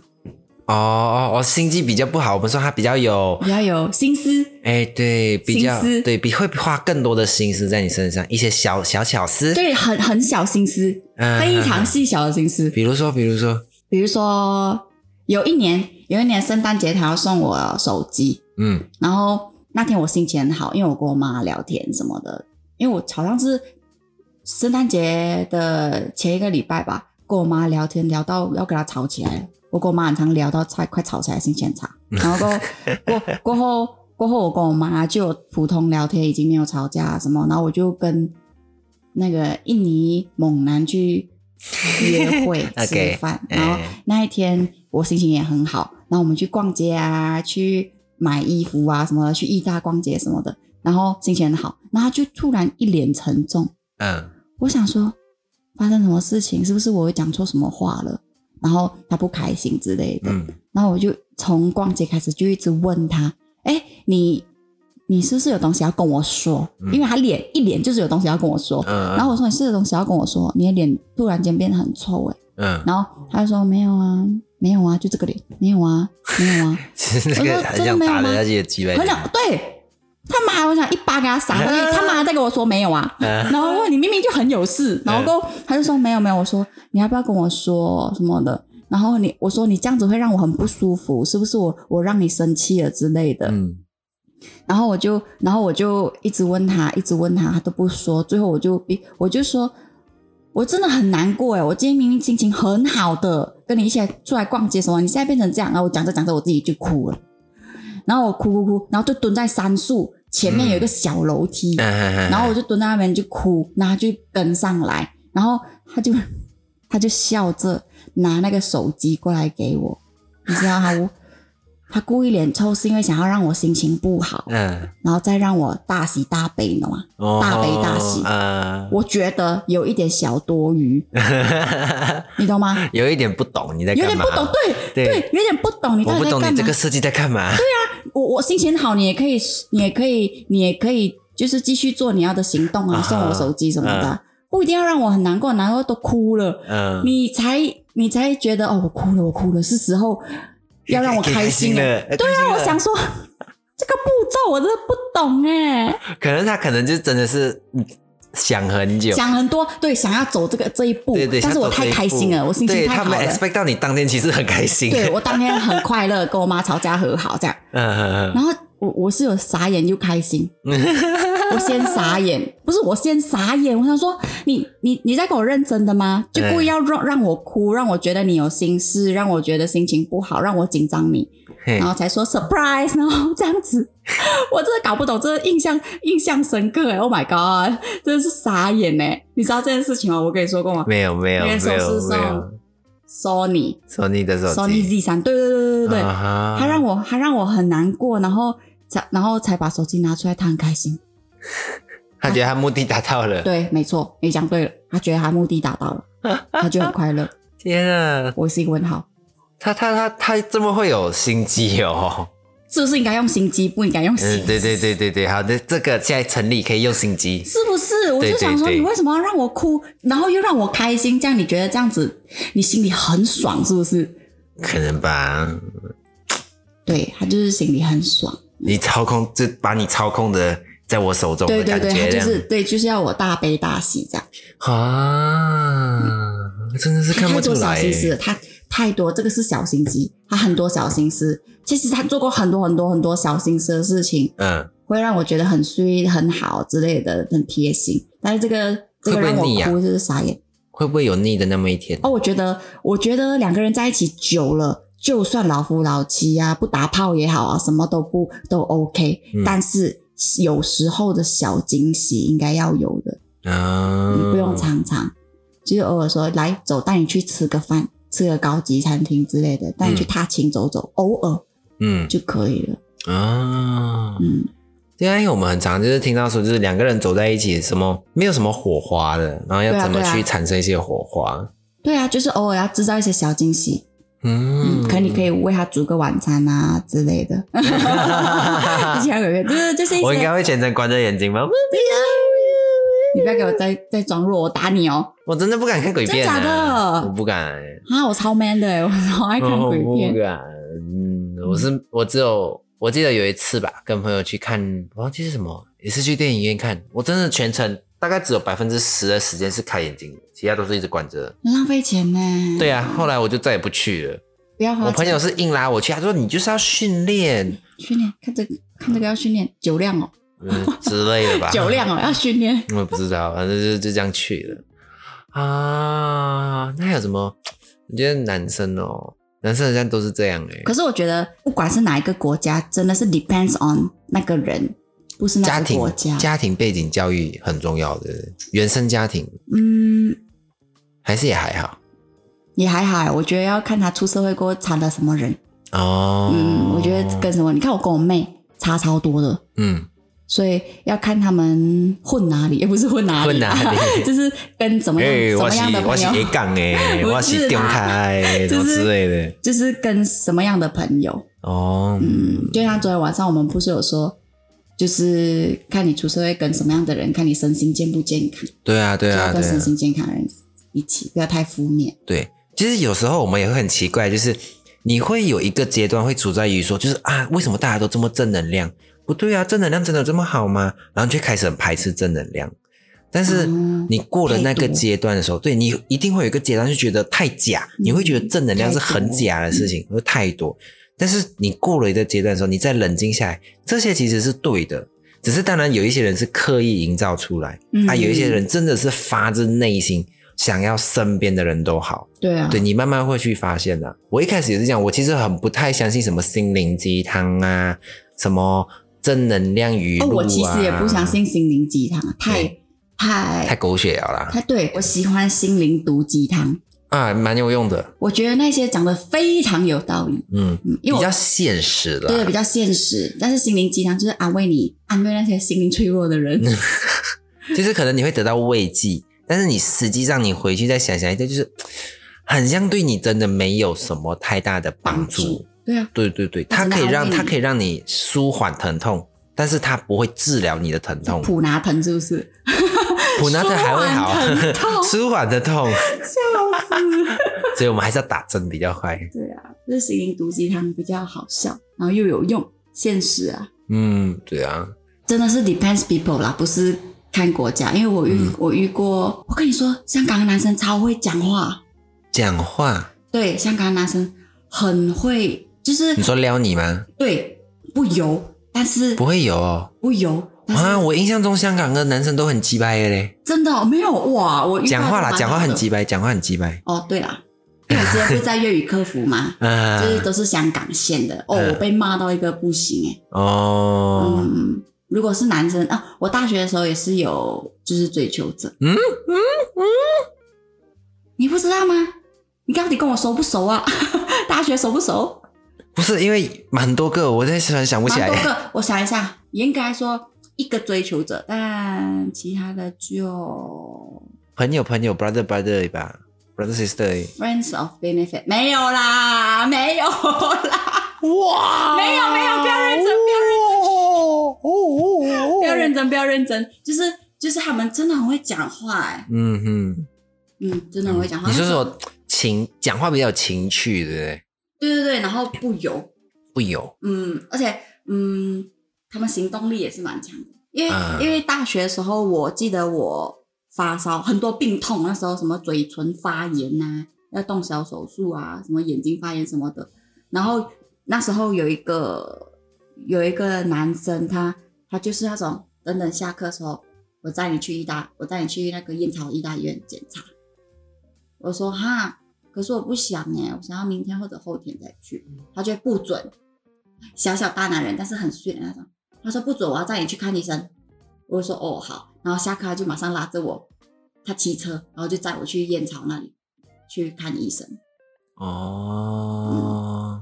A: 哦哦哦，心机比较不好，我们说他比较有
B: 比较有心思。
A: 哎，对，比较
B: 心思
A: 对比会花更多的心思在你身上，一些小小巧思，
B: 对，很很小心思，
A: 嗯
B: 非常细小的心思。
A: 比如说，比如说，
B: 比如说，有一年，有一年圣诞节，他要送我手机，
A: 嗯
B: 然后那天我心情很好，因为我跟我妈聊天什么的，因为我好像是圣诞节的前一个礼拜吧，跟我妈聊天聊到要跟她吵起来了。我跟我妈很常聊到差快吵起来，心情很差。然后过过过后过后，我跟我妈就有普通聊天，已经没有吵架啊什么。然后我就跟那个印尼猛男去约会
A: OK，
B: 吃饭然后
A: 哎
B: 那一天我心情也很好，然后我们去逛街啊，去买衣服啊什么的，去义大逛街什么的，然后心情很好，然后他就突然一脸沉重，
A: 嗯，
B: 我想说发生什么事情，是不是我又讲错什么话了？然后他不开心之类的，
A: 嗯，
B: 然后我就从逛街开始就一直问他，哎，你你是不是有东西要跟我说？
A: 嗯
B: 因为他脸一脸就是有东西要跟我说，
A: 嗯
B: 然后我说你是有东西要跟我说，你的脸突然间变得很臭哎、
A: 嗯，
B: 然后他就说没有啊，没有啊，就这个脸，没有啊，没有啊。
A: 其 实那
B: 我
A: 个
B: 说
A: 很
B: 真的
A: 想
B: 没有
A: 打人
B: 吗
A: 家自己的鸡巴
B: 我。想对他妈，我想一巴给他撒过去，他妈再跟我说没有啊，然后我说你明明就很有事，然后过后他就说没有没有，我说你要不要跟我说什么的，然后你我说你这样子会让我很不舒服，是不是我我让你生气了之类的，
A: 嗯，
B: 然后我就，然后我就一直问他，一直问他，他都不说。最后我就逼，我就说，我真的很难过哎！我今天明明心情很好的，跟你一起来出来逛街什么，你现在变成这样，然后我讲着讲着我自己就哭了，然后我哭哭哭，然后就蹲在杉树前面有一个小楼梯，
A: 然
B: 然后我就蹲在那边就哭，然后他就跟上来，然后他就 他就笑着拿那个手机过来给我，你知道他我他故意脸臭是因为想要让我心情不好，
A: 嗯，
B: 然后再让我大喜大悲，你懂吗？
A: 哦
B: 大悲大喜
A: 啊，
B: 我觉得有一点小 多余，你懂吗？
A: 有一点不懂你在
B: 有
A: 干
B: 点
A: 嘛，
B: 不懂，
A: 对
B: 对对，有点不懂你
A: 我
B: 到
A: 不
B: 底在
A: 懂
B: 干
A: 你这
B: 嘛啊
A: 个。设计在干嘛。
B: 我我心情好，你也可以，你也可以，你也可以，就是继续做你要的行动
A: 啊
B: 啊，
A: 哈
B: 送我手机什么的啊，不一定要让我很难过，难过都哭了，
A: 嗯，
B: 你才你才觉得哦，我哭了，我哭了，是时候要让我
A: 开
B: 开心了。
A: 了。对
B: 那我想说，这个步骤我真的不懂哎、
A: 可能他可能就真的是嗯想很久，
B: 想很多，对，想要走这个这一步，
A: 对对，
B: 但是
A: 想
B: 我
A: 走这
B: 太
A: 一
B: 开心
A: 步
B: 了，我心情
A: 对
B: 太
A: 他
B: 好
A: 们
B: 了。
A: expect 到你当天其实很开心。
B: 对我当天很快乐，跟我妈吵架和好这样，
A: 嗯嗯
B: 然后我我是有傻眼又开 心，我先傻眼，不是我先傻眼，我想说你你你在跟我认真的吗？就故意要让让我哭，让我觉得你有心事，让我觉得心情不好，让我紧张你，
A: 嗯，
B: 然后才说 surprise，然后这样子，我真的搞不懂，真的印象印象深刻哎，Oh my god，真的是傻眼哎！你知道这件事情吗？我跟你说过吗？
A: 没有没有
B: 那
A: 没
B: 个
A: 有
B: 手
A: 没
B: 撕
A: 有
B: 送 Sony
A: 索尼的手
B: Sony
A: 机，
B: Z 三，对对对对对对，
A: 啊哈
B: 他让我他让我很难过，然后才然后才把手机拿出来，他很开心。
A: 他觉得他目的达到了。
B: 对，没错，你讲对了，他觉得他目的达到了， 他就很快乐。
A: 天啊，
B: 我是一个问号，
A: 他他他他这么会有心机哦。
B: 是不是应该用心机，不应该用心
A: 嗯，对
B: 机？
A: 对对对对，好的，这个现在成立可以用心机。
B: 是不是？我
A: 对
B: 就想说，
A: 对对
B: 你为什么要让我哭，然后又让我开心？这样你觉得这样子，你心里很爽，是不是？
A: 可能吧，
B: 对他就是心里很爽，
A: 你操控就把你操控的在我手中的
B: 对对
A: 感
B: 对，
A: 觉，
B: 他
A: 这
B: 就
A: 样
B: 是对，就是要我大悲大喜这样。
A: 啊，真的是
B: 他
A: 看
B: 太
A: 不出
B: 多小
A: 来
B: 心思
A: 欸。
B: 了，他太多，这个是小心机，他很多小心思。其实他做过很多很多很多小心思的事情，
A: 嗯，
B: 会让我觉得很 sweet、很好之类的，很贴心。但是这个这个
A: 会不会
B: 让我
A: 腻啊呀
B: 哭就是傻眼。
A: 会不会有腻的那么一天？
B: 哦，我觉得，我觉得两个人在一起久了，就算老夫老妻啊，不打炮也好啊，什么都不都 OK、
A: 嗯
B: 但是有时候的小惊喜应该要有的。
A: 啊，
B: 你不用常常，就是偶尔说来走，带你去吃个饭，吃个高级餐厅之类的，带你去踏青走走，偶尔
A: 嗯
B: 就可以了。
A: 啊，
B: 嗯，
A: 对啊，因为我们很常就是听到说，就是两个人走在一起，什么没有什么火花的，然后要
B: 对啊
A: 怎么
B: 对啊
A: 去产生一些火花？
B: 对啊，就是偶尔要制造一些小惊喜，
A: 嗯
B: 嗯，可能你可以为他煮个晚餐啊之 类的。 一千个月，就是就是一
A: 嗯我应
B: 些
A: 该，会全程关着眼睛
B: 嗯
A: 吗？
B: 你不要给我再再装弱，我打你哦！
A: 我真的不敢看鬼片、啊，
B: 真的假的
A: 我不敢，
B: 啊，我超 man 的欸，我好 爱看鬼
A: 我
B: 片
A: 不。敢。嗯，我是我只有我记得有一次吧，跟朋友去看，我忘记是什么，也是去电影院看，我真的全程大概只有百分之十的时间是开眼睛的，其他都是一直关着的。
B: 很浪费钱呢。
A: 对，啊，后来我就再也不去了。
B: 不要花
A: 我朋友
B: 钱
A: 是硬拉我去，他说你就是要训练，
B: 训练，看这个看这个要训练酒 量哦，
A: 嗯之类的吧
B: 。酒量哦要训练。
A: 我也不知道，反正就就这样去了啊。那还有什么？我觉得男生哦，男生好像都是这样哎、
B: 可是我觉得，不管是哪一个国家，真的是 depends on 那个人，不是
A: 家
B: 那个
A: 庭
B: 国家。
A: 家庭背景教育很重要的，原生家庭
B: 嗯，
A: 还是也还好
B: 也还好欸，我觉得要看他出社会过后缠了什么人。
A: 哦。
B: 嗯，我觉得跟什么，你看我跟我妹差超多的，
A: 嗯
B: 所以要看他们混哪里，也不是混哪里，
A: 混哪里
B: 就是跟怎么样、
A: 哎，
B: 怎
A: 我
B: 么
A: 是
B: 样的
A: 我
B: 朋
A: 是 A
B: 友，
A: 杠哎，
B: 不是啦
A: 我是丢开什么
B: 就是
A: 之类的
B: 就是跟什么样的朋友。
A: 哦。
B: 嗯，就像昨天晚上我们不是有说，就是看你出社会跟什么样的人，看你身心健不健康。
A: 对啊，对
B: 就
A: 啊，
B: 要
A: 对
B: 跟
A: 啊
B: 身，心健康的人一起，不要太负面。
A: 对。其实有时候我们也会很奇怪，就是你会有一个阶段会处在于说，就是啊，为什么大家都这么正能量？不对啊，正能量真的有这么好吗？然后你就开始很排斥正能量。但是
B: 哦
A: 你过了那个
B: 太多
A: 阶段的时候，对你一定会有一个阶段是觉得太假，
B: 嗯
A: 你会觉得正能量是很假的事情，会太多。但是你过了一个阶段的时候，你再冷静下来，这些其实是对的，只是当然有一些人是刻意营造出来，
B: 嗯
A: 啊，有一些人真的是发自内心想要身边的人都好，
B: 对啊，
A: 对你慢慢会去发现的、我一开始也是这样，我其实很不太相信什么心灵鸡汤啊，什么正能量语录
B: 哦，
A: 啊。
B: 我其实也不相，信心灵鸡汤，啊太
A: 对太
B: 太
A: 狗血了啦！
B: 太对我喜欢心灵毒鸡汤，
A: 啊，蛮有用的，
B: 我觉得那些讲的非常有道理，
A: 嗯，
B: 嗯，
A: 比
B: 因为
A: 较
B: 我。
A: 现实的。
B: 对，比较现实，但是心灵鸡汤就是安慰你、安慰那些心灵脆弱的 人。
A: 就是可能你会得到慰藉，但是你实际上你回去再想想一下，就是很像对你真的没有什么太大的帮助。
B: 帮助对啊，
A: 对对对，它
B: 它只
A: 可以
B: 能
A: 让
B: 安慰
A: 它
B: 你
A: 可以让你舒缓疼痛，但是它不会治疗你的疼痛。
B: 普拿疼是不是？
A: 普拿疼还会好
B: 舒缓疼，痛
A: 舒缓的痛，
B: 笑死！
A: 所以我们还是要打针比较快。
B: 对啊，就是心灵毒鸡汤比较好笑，然后又有用，现实啊。
A: 嗯，对啊，
B: 真的是 depends people 啦，不是看国家，因为我遇、
A: 嗯
B: 我遇过，我跟你说，香港的男生超会讲话，
A: 讲话，
B: 对，香港的男生很会，就是
A: 你说撩你吗？
B: 对不油，但是
A: 不会有哦。
B: 不油，但是
A: 啊，我印象中香港的男生都很鸡掰的嘞，
B: 真的、没有哇，我遇到
A: 讲话
B: 都蛮好
A: 啦，
B: 的
A: 讲话很鸡掰，讲话很鸡掰，
B: 哦，对啦，因为我之前不是在粤语客服嘛
A: 啊
B: 就。是都是香港线的，哦，
A: 嗯
B: 我被骂到一个不行哎、
A: 哦，
B: 嗯，如果是男生啊，我大学的时候也是有就是追求者，
A: 嗯
B: 嗯嗯，你不知道吗？你到底跟我熟不熟啊？ 大学熟不熟？
A: 不是因为蛮多个，我在想想不起
B: 蛮多
A: 来。
B: 个，我想一下，严格来说，一个追求者，但其他的就
A: 朋友朋友，brother brother 而已吧，brother sister 而已。
B: friends of benefit 没有啦，没有啦，
A: 哇！
B: 没有没有不要认真不要认
A: 真，哦哦哦
B: 不要认真，不要认真，就是就是他们真的很会讲话、哎，
A: 嗯哼，
B: 嗯，真的很会讲话。
A: 你说说情讲话比较有情趣，对不对？
B: 对对对，然后不油，
A: 不有，
B: 嗯，而且嗯，他们行动力也是蛮强的，因为、
A: 嗯
B: 因为大学的时候，我记得我发烧，很多病痛，那时候什么嘴唇发炎呐、要动小手术啊，什么眼睛发炎什么的，然后那时候有一个有一个男生他，他就是那种等等下课的时候，我带你去医大，我带你去那个燕巢医大医院检查。我说哈，可是我不想哎，我想要明天或者后天再去。他就不准，小小大男人，但是很碎的那种。他说不准，我要带你去看医生。我说哦好，然后下课他就马上拉着我，他骑车，然后就载我去燕巢那里去看医生，
A: 哦，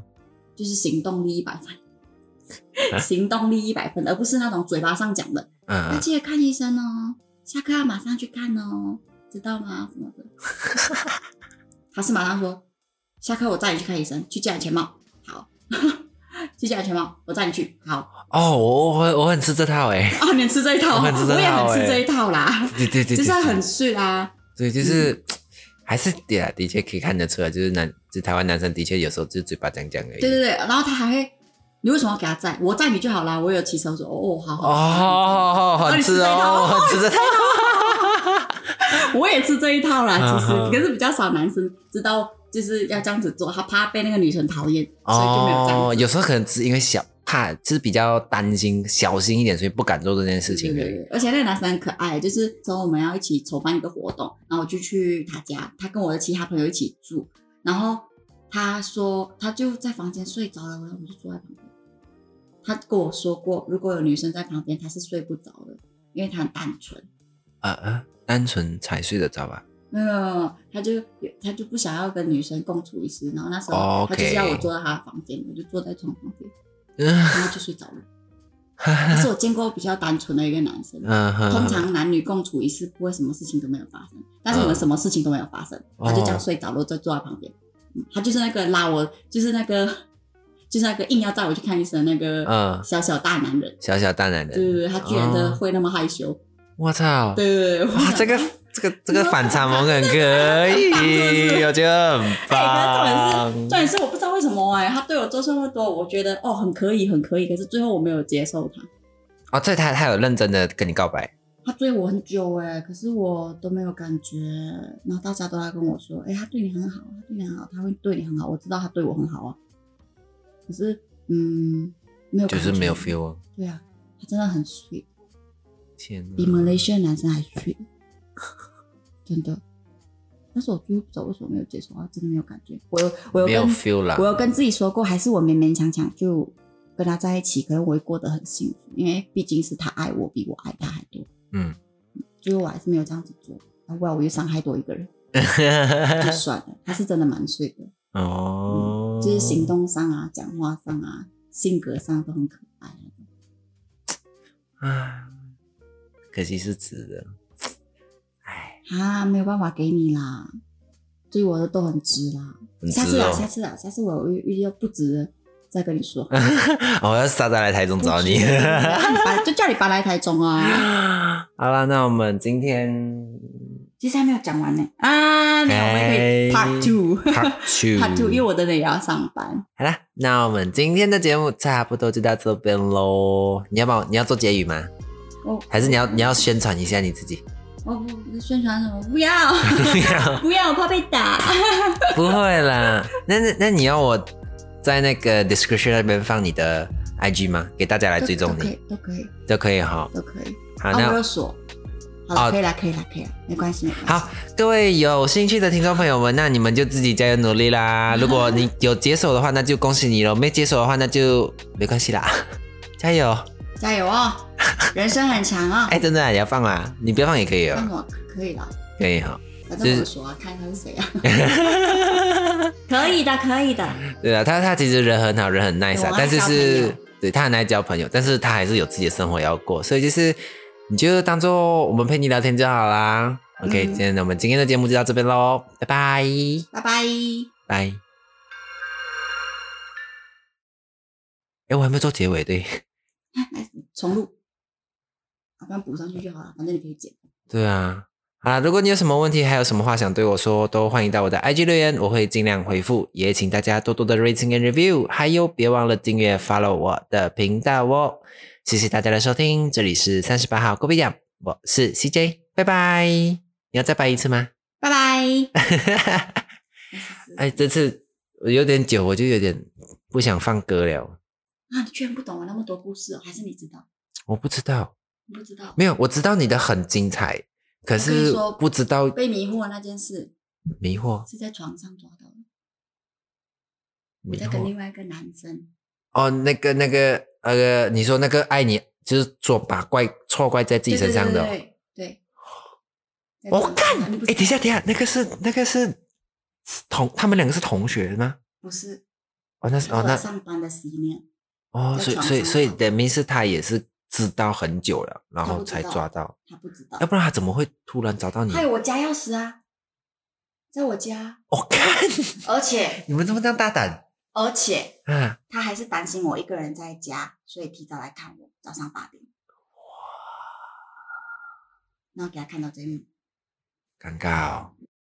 B: 就是行动力一百分， 行动力一百分，而不是那种嘴巴上讲的。
A: 嗯嗯，
B: 要记得看医生哦，下课要马上去看哦，知道吗？什么的。 他是马上说，下课我载你去看医生，去借安全帽，好， 去借安全帽，我载你去，好。
A: 哦，我我我很吃这套哎，
B: 啊，你很吃这一套，
A: 我很吃这
B: 也
A: 套
B: 很
A: 欸
B: 吃这一套啦，
A: 对对对，
B: 就是
A: 对
B: 很碎啊啦。
A: 对，就是、还是对啊，的确可以看得出来，就是男，就台湾男生的确有时候就是嘴巴讲讲而已。
B: 对对对，然后他还会，你为什么要给他载？我载你就好啦，我有骑车，我说哦，好好，
A: 哦，好吃哦，好吃的。
B: 我也吃这一套啦。其实，
A: 啊哈
B: 可是比较少男生知道就是要这样子做，他怕被那个女生讨厌，所以就没有这样
A: 哦，
B: 子。
A: 有时候可能只因为小怕，就是比较担心、小心一点，所以不敢做这件事情而
B: 对对
A: 已。
B: 对，而且那个男生很可爱，就是说我们要一起筹办一个活动，然后我就去他家，他跟我的其他朋友一起住，然后他说他就在房间睡着了，然后我就坐在旁边。他跟我说过，如果有女生在旁边，他是睡不着的，因为他很单纯。
A: 呃呃，单纯才睡得着吧？
B: 没有没有，没有他就他就不想要跟女生共处一室，然后那时
A: 哦
B: 候
A: ，OK
B: 他就是要我坐在他的房间，我就坐在床旁边，
A: 嗯
B: 然后就睡着了。 这是我见过比较单纯的一个男生。
A: 嗯哼，
B: 通常男女共处一室，不会什么事情都没有发生。但是我们什么事情都没有发生，
A: 嗯哦
B: 他就这样睡着了，就坐在旁边。嗯他就是那个拉我，就是那个，就是那个硬要带我去看医生的那
A: 嗯
B: 个小小大男人。
A: 小小淡然的
B: 对。对对，他居然的
A: 哦
B: 会那么害羞。
A: 我操！
B: 对对对，我
A: 哇，
B: 想
A: 这个
B: 说
A: 这个这个反差萌很可 以，我觉得很
B: 哎，可是重点是，
A: 棒
B: 重。点是我不知道为什么哎、他对我做这么多，我觉得哦很可以，很可以，可是最后我没有接受他，
A: 哦，对，他他有认真的跟你告白。
B: 他追我很久哎、可是我都没有感觉，然后大家都在跟我说，哎、他对你很好，他对你很好，他会对你很好，我知道他对我很好啊，可是嗯，没有
A: 就
B: 感觉
A: 是没有 feel 哦。
B: 对啊，他真的很 sweet，
A: 天哪
B: 比马来西亚男生还 sweet，真的。但是我最后不知道为什么没有接受啊，真的没有感觉。我有，我有
A: 没有
B: 跟
A: feel 啦
B: 我。有跟自己说过，还是我勉勉强强就跟他在一起，可能我会过得很幸福，因为毕竟是他爱我比我爱他还多。
A: 嗯，
B: 最后我还是没有这样子做，要不然我又伤害多一个人，就算了。他是真的蛮碎的，
A: 哦，
B: 就是行。动上啊、讲话上啊、性格上都很可爱。
A: 唉可惜是直的。唉，
B: 啊，没有办法给你啦，对我的都很直啦。
A: 很
B: 下
A: 直
B: 次啊，下
A: 哦。
B: 次啊，下次我有遇遇到不直的再跟你说。
A: 哦我要莎莎来台中嗯找 你。
B: 把就叫你搬来台中啊！
A: 好啦，那我们今天
B: 其实还没有讲完呢啊，那我们可以 Part Two。
A: part two
B: Part Two，因为我真的也要上班。
A: 好啦，那我们今天的节目差不多就到这边喽。你要帮我，你要做结语吗？
B: 我
A: 还是你要你要宣传一下你自己？
B: 我不宣传什么，不要
A: 不要，
B: 不要，我怕被打。
A: 不会啦。那那那你要我在那个 description 那边放你的 IG 吗？给大家来追踪
B: 都可
A: 你
B: 以，都可以，
A: 都可以哈。
B: 都可以。
A: 好，
B: 啊，我
A: 那
B: 有锁。好
A: 啊
B: 了，可以了，可以了，可以了，没关系，没关系。
A: 好，各位有兴趣的听众朋友们，那你们就自己加油努力 啦。如果你有解锁的话，那就恭喜你了；没解锁的话，那就没关系啦。 加油！哎
B: 加油 哦，人生很长啊
A: 哎、。真的啊、你要放啊，你不要放也可以
B: 那
A: 哦，
B: 我可以了，
A: 可以哈。
B: 反
A: 就
B: 正
A: 是
B: 我说啊，看他是谁啊。
C: 可以的，可以的。
A: 对啊，他他其实人很好，人很 nice 啊
B: 我，爱
A: 但是
B: 交朋
A: 是
B: 友
A: 对他很爱交朋友，但是他还是有自己的生活要过，所以就是你就当做我们陪你聊天就好啦。OK，、
B: 嗯
A: 今天我们今天的节目就到这边喽，拜拜，
B: 拜拜。
A: 拜。哎，我还没有做结尾，对
B: 重录，啊，不然补上去就好了，反正你可以剪。
A: 对啊。好啦，如果你有什么问题，还有什么话想对我说，都欢迎到我的 IG 留言，我会尽量回复。也请大家多多的 rating and review，还有别忘了订阅 follow 我的频道哦。谢谢大家的收听，这里是三十八号郭碧亮，我是 CJ，拜拜。你要再拜一次吗？
B: 拜拜。
A: 哎，这次我有点久，我就有点不想放歌了。
B: 啊，你居然不懂我那么多故事哦，还是你知道？
A: 我不知道，
B: 你不知道？
A: 没有，我知道你的很精彩，可
B: 我跟
A: 是
B: 你说
A: 不知道
B: 被迷惑那件事
A: 迷惑
B: 是在床上抓到的，我
A: 迷
B: 在跟
A: 惑
B: 另外一个男生，
A: 哦，那个那个呃，你说那个爱你就是做把怪错怪在自己身上的哦、
B: 对对对对。
A: 我看，
B: 看，你不
A: 哎，
B: 是
A: 等一下，等一下，那个是那个是是同他们两个是同学吗？
B: 不是，
A: 哦，那是哦
B: 他
A: 那
B: 上班的十年，
A: 哦，
B: 啊在
A: 所以
B: 床
A: 所以
B: 上
A: 所以
B: 嘛
A: 等于是他也是知道很久了，然
B: 他
A: 后
B: 不知
A: 才
B: 道
A: 抓到，
B: 他不知道
A: 要。不然他怎么会突然找到你
B: 还？有我家钥匙啊，在我家，
A: 我、看
B: 而且
A: 你们怎么这样大胆
B: 而且
A: 啊！
B: 他还是担心我一个人在家，所以提早来看我，早上八点。然后给他看到这一幕，
A: 尴尬哦，